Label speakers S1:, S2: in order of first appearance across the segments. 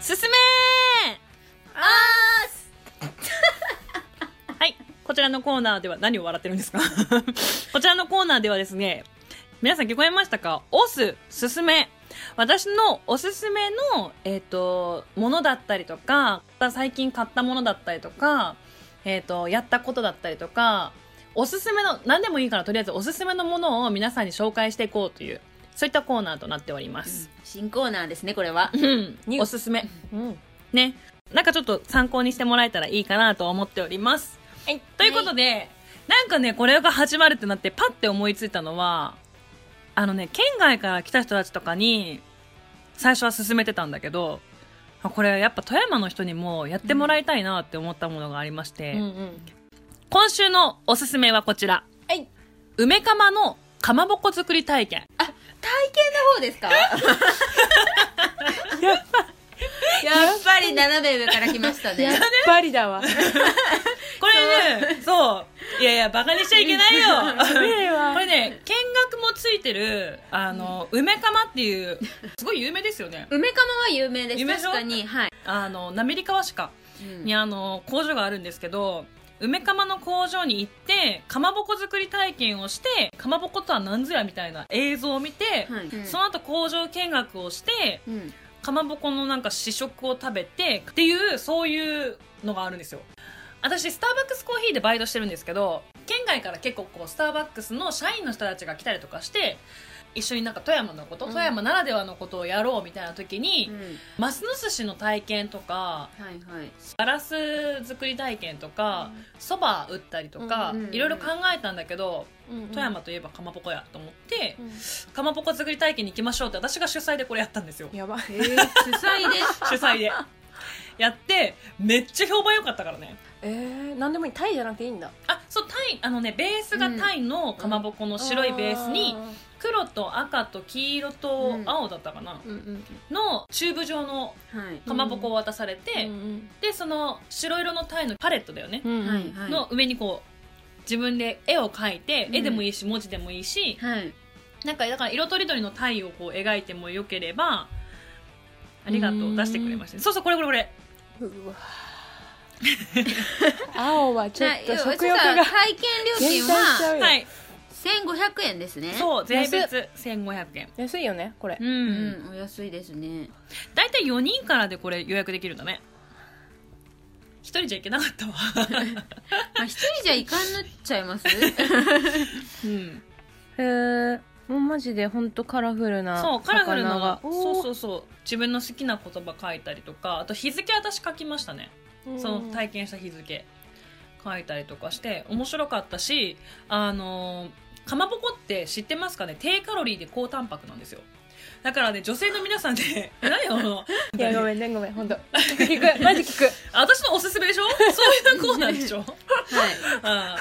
S1: すすめ
S2: あ
S1: はい。こちらのコーナーでは、何を笑ってるんですか こちらのコーナーではですね、皆さん聞こえましたかオス、すすめ。私のおすすめの、えっ、と、ものだったりとか、最近買ったものだったりとか、えっ、と、やったことだったりとか、おすすめの、何でもいいからとりあえずおすすめのものを皆さんに紹介していこうという、そういったコーナーとなっておりま
S2: ー
S1: す。
S2: 新コーナーですねこれは
S1: うん、おすすめ。ね。なんかちょっと参考にしてもらえたらいいかなと思っております。
S2: はい
S1: ということで、なんかね、これが始まるってなって、パッて思いついたのは、あのね、県外から来た人たちとかに、最初は勧めてたんだけど、あこれやっぱ富山の人にもやってもらいたいなって思ったものがありまして、
S2: うんうん
S1: 今週のおすすめはこちら。
S2: はい
S1: 梅かまのかまぼこ作り体験。
S2: 体験の方ですかやっぱり斜め上から来ましたね
S3: やっぱりだわ。
S1: これね、そう。いやいや、バカにしちゃいけないよ。
S3: えわ
S1: これね、見学もついてる、あの、梅かまっていう、すごい有名ですよね。
S2: 梅釜は有名です
S1: 有名で
S2: 確
S1: しょ
S2: かにはい、
S1: あの、滑川市か
S2: うん
S1: にあの、工場があるんですけど、梅かまの工場に行って、かまぼこ作り体験をして、かまぼことは何ぞやみたいな映像を見て、
S2: はいうん
S1: その後工場見学をして、
S2: うん
S1: かまぼこのなんか試食を食べてっていうそういうのがあるんですよ私スターバックスコーヒーでバイトしてるんですけど県外から結構こうスターバックスの社員の人たちが来たりとかして一緒になんか富山のこと、
S2: うん
S1: 富山ならではのことをやろうみたいな時に、
S2: うん
S1: マスの寿司の体験とか
S2: はいはい
S1: ガラス作り体験とかそば、蕎麦打ったりとか、
S2: うんうんうん
S1: いろいろ考えたんだけど、富山といえばかまぼこやと思って、かまぼこ作り体験に行きましょうって私が主催でこれやったんですよ
S3: やば。
S2: えー、主催です
S1: 主催でやってめっちゃ評判良かったからね
S3: えー、なんでもいい。タイじゃなくていいんだ。
S1: あそうタイあのねベースがタイのかまぼこの白いベースに
S3: あ
S1: 黒と赤と黄色と
S2: うん
S1: 青だったかな、
S3: ー。うんうん。
S1: のチューブ状の
S2: はい
S1: かまぼこを渡されて、
S3: うん
S1: でその白色のタイのパレットだよね、
S3: うん。
S2: は
S3: はいい。
S2: はい
S1: の上にこう自分で絵を描いて、
S2: うん
S1: 絵でもいいし文字でもいいし
S2: はい
S1: なんかだから色とりどりのタイをこう描いてもよければありがと
S3: う
S1: うん出してくれましたねそうそうこれこれこれ
S3: うわ。青はちょっと
S2: な
S3: 食欲が
S2: 要するに体験料
S3: 減
S2: 金
S3: 退しちゃ
S2: は
S3: うよ。
S1: はい
S2: 1500円ですね
S1: そう税
S3: 安っ
S1: 別1500円
S3: 安いよね、これ
S1: う。
S2: うんんお安いですね
S1: 大体4人からでこれ予約できるんだね1人じゃいけなかったわ
S2: まあ一人じゃいかんなっちゃいます
S1: うん
S3: へえ。もうマジで本当カラフル な
S1: そうカラフルなのがそう
S3: う。
S1: そうそう自分の好きな言葉書いたりとかあと日付私書きましたねその体験した日付書いたりとかして面白かったしあのーかまぼこって知ってますかね低カロリーで高タンパクなんですよだからね女性の皆さんね 何よ
S3: いやごめんねごめん本当。聞く聞くマジ 聞く。
S1: 私のおすすめでしょそういうコーナーでしょ
S2: はい
S1: あ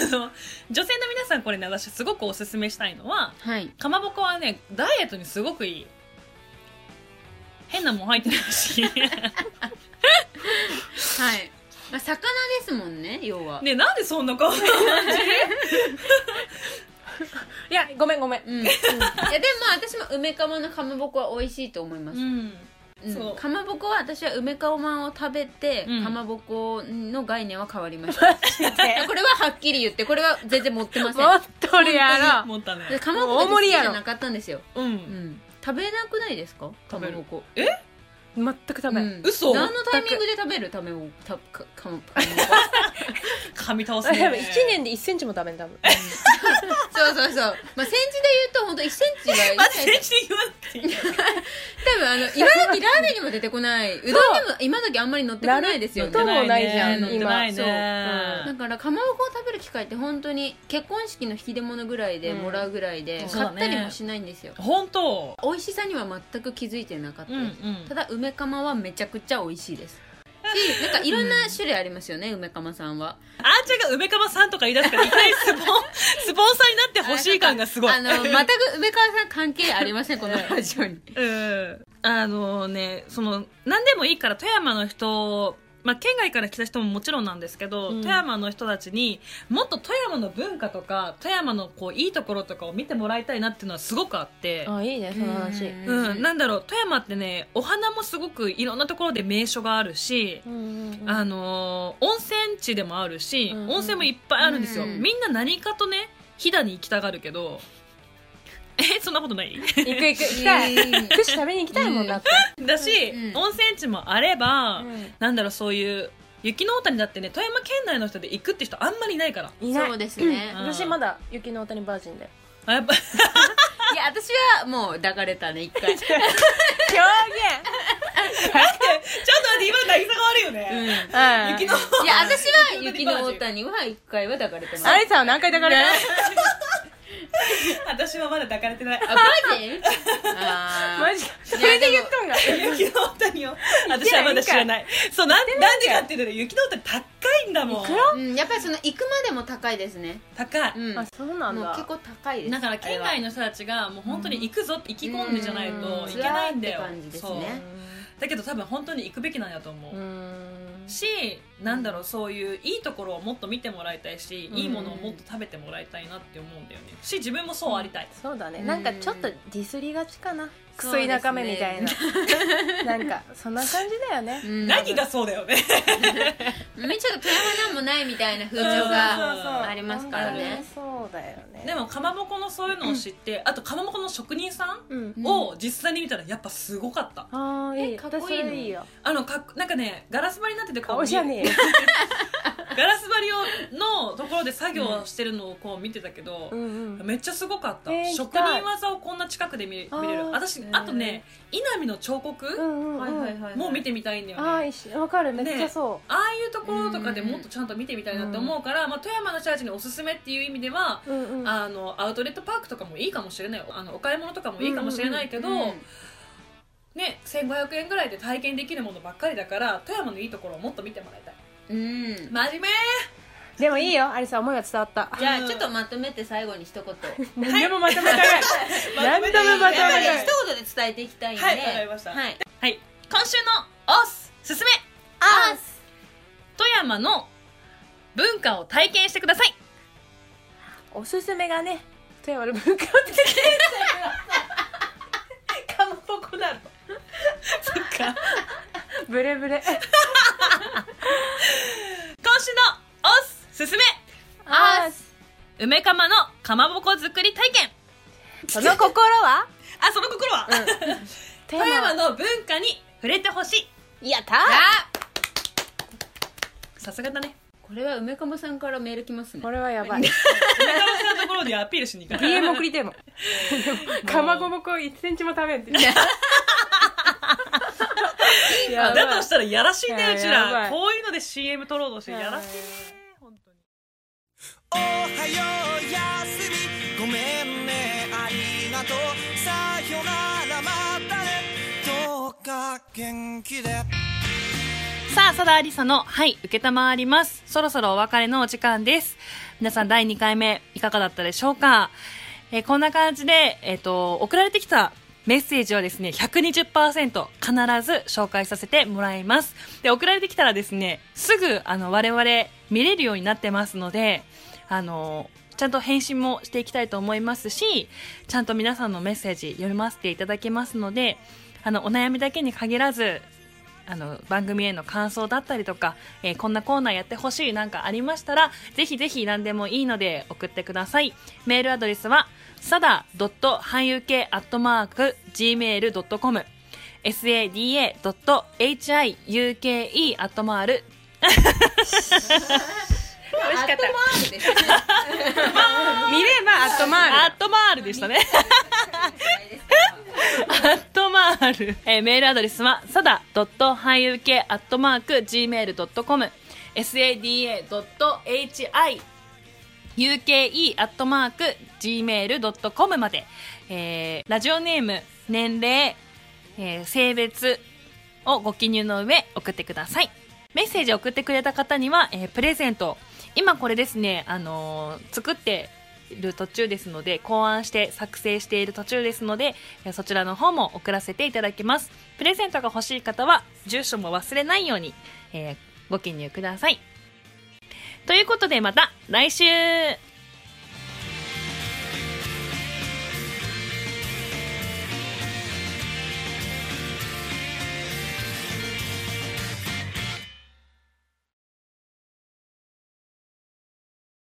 S1: の女性の皆さんこれね私すごくおすすめしたいのは
S2: はい
S1: かまぼこはねダイエットにすごくいい変なもん入ってない し
S2: はい、まあ、魚ですもんね要は、
S1: ねなんでそんな顔なの
S3: いやごめんごめん。
S2: うん、いやでも私も梅かまのかまぼこは美味しいと思います、
S1: うん
S2: うん
S1: そう
S2: かまぼこは私は梅かまを食べて、
S1: うん
S2: かまぼこの概念は変わり ましたこ れははっきり言ってこれは全然持ってません
S3: 持っとるやろ。
S1: 思ったね
S2: でかまぼこって好きじゃなかったんですよ、
S1: う
S2: うんん、食べなくないですかか
S1: 食
S2: ま
S1: べる
S2: ぼこ
S3: 全く食べない。
S2: うん
S1: 嘘
S2: 何のタイミングで食べるためをたかかまぼこ
S1: 噛み倒す
S3: あやば
S1: ね
S3: い 一年で1センチも食べん多分
S2: そうそうそうまあセンチで言うと本当1センチ が
S1: マジで言わなくていい
S2: 多分あの今時ラーメンにも出てこないうどんにも今時あんまり乗ってこないですよ
S3: なる
S2: ね
S3: もうないじゃん
S1: 乗ってないね
S3: 今そううん
S2: だからかまぼこを食べる機会って本当に結婚式の引き出物ぐらいで
S3: うん
S2: もらうぐらいで、
S1: うんそう
S2: 買
S1: だ
S2: っ
S1: ね
S2: たりもしないんですよ、
S1: 本当
S2: 美味しさには全く気づいてなかった
S1: う
S2: で
S1: ん
S2: す、
S1: うん
S2: ただ梅かまはめちゃくちゃ美味しいですしなんかいろんな種類ありますよね、梅かまさんは
S1: あーちゃんが梅かまさんとか言い出すから一回スポンスポンサーになってほしい感がすごい
S2: あの全く梅かまさん関係ありませんこのラジオに
S1: うんあのねその何でもいいから富山の人まあ、県外から来た人ももちろんなんですけど、
S3: うん
S1: 富山の人たちにもっと富山の文化とか富山のこういいところとかを見てもらいたいなっていうのはすごくあって。
S3: あいいねその話
S2: うん
S1: うん、なんだろう富山ってねお花もすごくいろんなところで名所があるし、
S3: うんうん
S1: あのー温泉地でもあるし、
S3: うんうん
S1: 温泉もいっぱいあるんですよ、
S2: うん
S1: みんな何かとね飛騨に行きたがるけどえそんなことない
S3: 行く行く行きたい串食べに行きたいもんだって、
S1: だし、
S2: うん
S1: 温泉地もあれば、
S3: うん
S1: なんだろうそういう雪の大谷だってね富山県内の人で行くって人あんまりいないから
S3: いない
S2: そうですね
S1: うん
S3: 私まだ雪の大谷バージンで
S1: あやっぱ
S2: いや私はもう抱かれたね一回、
S3: 表
S1: ちょっと待っ て今の渚が悪いよ
S2: うん、い
S1: ね、
S2: や
S3: 現
S1: 雪
S3: 雪
S1: の
S3: の
S2: 私は雪の大谷は一回は抱かれてます
S3: あれさんは何回抱かれた
S1: 私はまだ抱かれてない
S2: あマジあー
S3: マジかそれで言っとんが
S1: 雪の大谷を私はまだ知らないそうなんなんでかっていうとね雪の大谷高いんだもん
S3: いくら
S2: うん、やっぱりその行くまでも高いですね、
S1: 高い、
S2: うん、
S3: あそうなん
S2: もう
S3: だ
S2: 結構高いです
S1: だから県外
S2: の
S1: の人たちがもう本当に行くぞって意気込んでじゃないと
S3: うん
S1: いけないんだよ、
S2: ツアーって感じですね
S1: そうだけど多分本当に行くべきなんだと思う、
S3: うん
S1: しなんだろうそういういいところをもっと見てもらいたいし、
S3: うん
S1: いいものをもっと食べてもらいたいなって思うんだよねし自分もそうありたい、
S3: そうだね
S2: うん
S3: なんかちょっとディスりがちかなク
S2: そう
S3: ソ
S2: ですね
S3: 田舎めみたいな なんかそんな感じだよね
S2: うん、
S1: 何がそうだよね
S2: めちょっと富山なんもないみたいな風潮
S1: そうそ
S2: が
S1: うそう
S2: ありますから
S1: ね
S3: 本当にそうだよね
S1: でもかまぼこのそういうのを知って、あとかまぼこの職人さん
S3: うん
S1: を実際に見たらやっぱすごかった
S3: ああいい
S2: えかっこいいの
S3: 私それいいよ
S1: あのかっなんかねガラス張りになっててこう
S3: 顔じゃねえよ
S1: ガラス張りをのところで作業をしてるのをこう見てたけど、
S3: うん うん
S1: めっちゃすごかった、
S3: えー行き
S1: 職
S3: たい
S1: 人技をこんな近くで見れ
S3: あー
S1: 見れる私
S2: へー
S1: あとね稲見の彫刻、
S3: うんうんうん
S2: は
S1: もう見てみたいんだよね
S3: ああ一緒わかるめっちゃそ
S1: ああいうところとかでもっとちゃんと見てみたいなって思うから、まあ、富山の人たちにおすすめっていう意味では、
S3: ううんうん
S1: あのアウトレットパークとかもいいかもしれないあのお買い物とかもいいかもしれないけど、ね、1500円ぐらいで体験できるものばっかりだから富山のいいところをもっと見てもらいたい
S2: うん、うん
S1: 真面目
S3: でもいいよアリさん思いが伝わった
S2: じゃあちょっとまとめて最後に一言
S3: 何でもまとめたい何でもまとめ
S2: やっぱり一
S3: たい
S2: 言で伝えていきたいんで
S1: は
S2: はい
S1: わかりました
S2: はい
S1: はい今週のおすすめ
S2: あ
S1: 富山の文化を体験してください
S3: おすすめがね富山の文化的
S1: かまぼこだろそっか
S3: ブレブレ
S1: 今週のおすすめ
S3: あ
S1: 梅かまのかまぼこ作り体験
S3: その心は
S1: あその心は、
S3: 富
S1: 富山
S3: の
S1: の文化に触れてほしい
S3: やった
S2: あ
S1: さすがだね
S2: これは梅鴨さんからメール来ますね
S3: これはやばい
S1: 梅かまさんのところにアピールしに 行かない
S3: DM 送りてもかまぼこ1センチも食べん ってやばい
S1: だとしたらやらしい
S3: いや
S1: ねうち
S3: やば
S1: ら
S3: い
S1: こういうので CM 撮ろうとしてやらしいね本当に
S4: おはようやすみごめんねありがとうさよならまたねどうか元気で
S1: さあ、佐田ありさの、はい、受けたまわります。そろそろお別れのお時間です。皆さん第2回目、いかがだったでしょうかえーこんな感じで、えっ、と、送られてきたメッセージをですね、120%必ず紹介させてもらいます。で、送られてきたらですね、すぐ、あの、我々見れるようになってますので、あの、ちゃんと返信もしていきたいと思いますし、ちゃんと皆さんのメッセージ読ませていただきますので、あの、お悩みだけに限らず、あの番組への感想だったりとか、えーこんなコーナーやってほしいなんかありましたらぜひぜひ何でもいいので送ってくださいメールアドレスはさだ俳優系 .gmail.com sada.hiuke アットマール
S2: 美味しかったですね
S3: 見ればアットマー
S1: アットマールでしたねアットマール、 えーメールアドレスはさだ俳優系アットマーク gmail.com sada.hi uke.gmail.com まで、えーラジオネーム、年齢、えー性別をご記入の上送ってください。メッセージを送ってくれた方には、えープレゼント。今これですね、あのー作っている途中ですので、考案して作成している途中ですので、えーそちらの方も送らせていただきます。プレゼントが欲しい方は、住所も忘れないように、えーご記入ください。ということでまた来週